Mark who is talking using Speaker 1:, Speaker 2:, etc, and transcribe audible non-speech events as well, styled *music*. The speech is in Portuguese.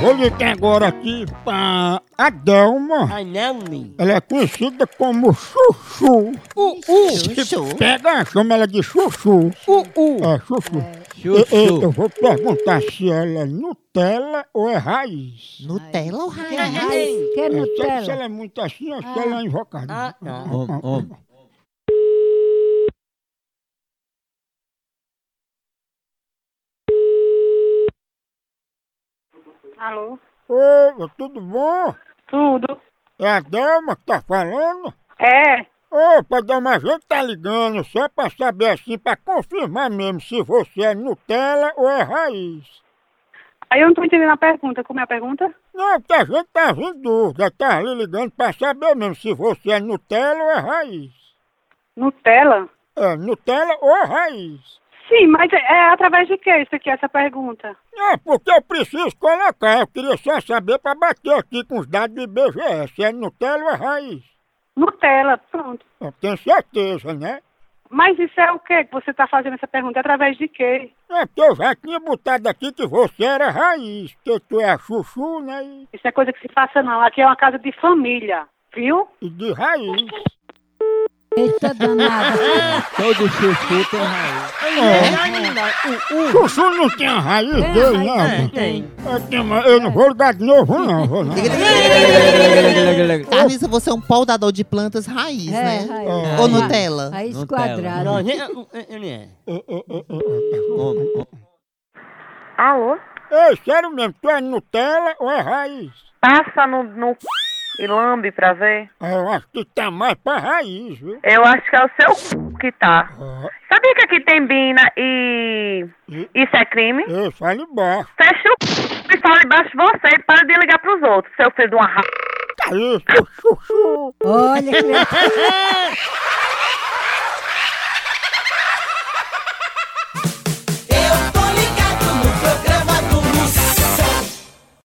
Speaker 1: Vou ligar agora aqui pra Adelma.
Speaker 2: Ai, não, menino.
Speaker 1: Ela é conhecida como Chuchu.
Speaker 2: Uh, uh.
Speaker 1: Se pega, chama ela de Chuchu.
Speaker 2: Uh, uh.
Speaker 1: É, Chuchu. Eu,
Speaker 2: Chuchu.
Speaker 1: eu- eu vou perguntar se ela é Nutella ou é raiz.
Speaker 3: Nutella ou
Speaker 2: Ai.
Speaker 3: raiz?
Speaker 4: Que é
Speaker 1: Eu sei que se
Speaker 4: Nutella?
Speaker 1: ela é muito assim ou se ela é invocada.
Speaker 2: Ah, não.
Speaker 5: Alô?
Speaker 1: Ô, tudo bom?
Speaker 5: Tudo?
Speaker 1: É a Adelma que tá falando?
Speaker 5: É,
Speaker 1: Ô, Adelma, a gente tá ligando só pra saber assim, pra confirmar mesmo se você é Nutella ou é raiz.
Speaker 5: aí eu não tô entendendo a pergunta. Como é a pergunta?
Speaker 1: Não, porque a gente tava em dúvida, tava lhe ligando pra saber mesmo se você é Nutella ou é raiz.
Speaker 5: Nutella?
Speaker 1: É, Nutella ou é raiz.
Speaker 5: Sim, mas é, é através de que isso aqui, essa pergunta?
Speaker 1: É, porque eu preciso colocar, eu queria só saber pra bater aqui com os dados do IBGE, se é Nutella ou é raiz.
Speaker 5: Nutella, pronto.
Speaker 1: Eu tenho certeza, né?
Speaker 5: Mas isso é o que que você tá fazendo essa pergunta? Através de quê?
Speaker 1: É porque eu já tinha botado aqui que você era raiz, que tu é a chuchu, né? E,
Speaker 5: Isso é coisa que se faça não. Aqui é uma casa de família, viu?
Speaker 1: e de raiz. *laughs*
Speaker 4: Eita danada.
Speaker 3: Todo chuchu tem raiz.
Speaker 1: Chuchu não tem a raiz né? dele, não.
Speaker 2: Tem.
Speaker 1: Eu, tenho uma- eu não vou ligar de novo, não, vou não.
Speaker 3: Carlissa, você é um podador de plantas raiz,
Speaker 4: É,
Speaker 3: né?
Speaker 4: raiz.
Speaker 1: É.
Speaker 3: Ou Nutella?
Speaker 4: Raiz
Speaker 3: Nutella.
Speaker 4: quadrada.
Speaker 2: Não, nem- eu- eu- eu nem-
Speaker 5: Alô?
Speaker 1: Ei, sério mesmo, tu é Nutella ou é raiz?
Speaker 6: Passa no, no c... e lambe pra ver.
Speaker 1: Ah, Eu acho que tá mais pra raiz, viu?
Speaker 6: Eu acho que é o seu c... que tá.
Speaker 1: Ah,
Speaker 6: Sabia que aqui tem bina e. Isso é crime?
Speaker 1: eu falo baixo.
Speaker 6: Fecha o c... e fala embaixo de você e para de ligar pros outros, seu filho de uma ra...
Speaker 1: Tá isso, chuchu.
Speaker 4: Olha que...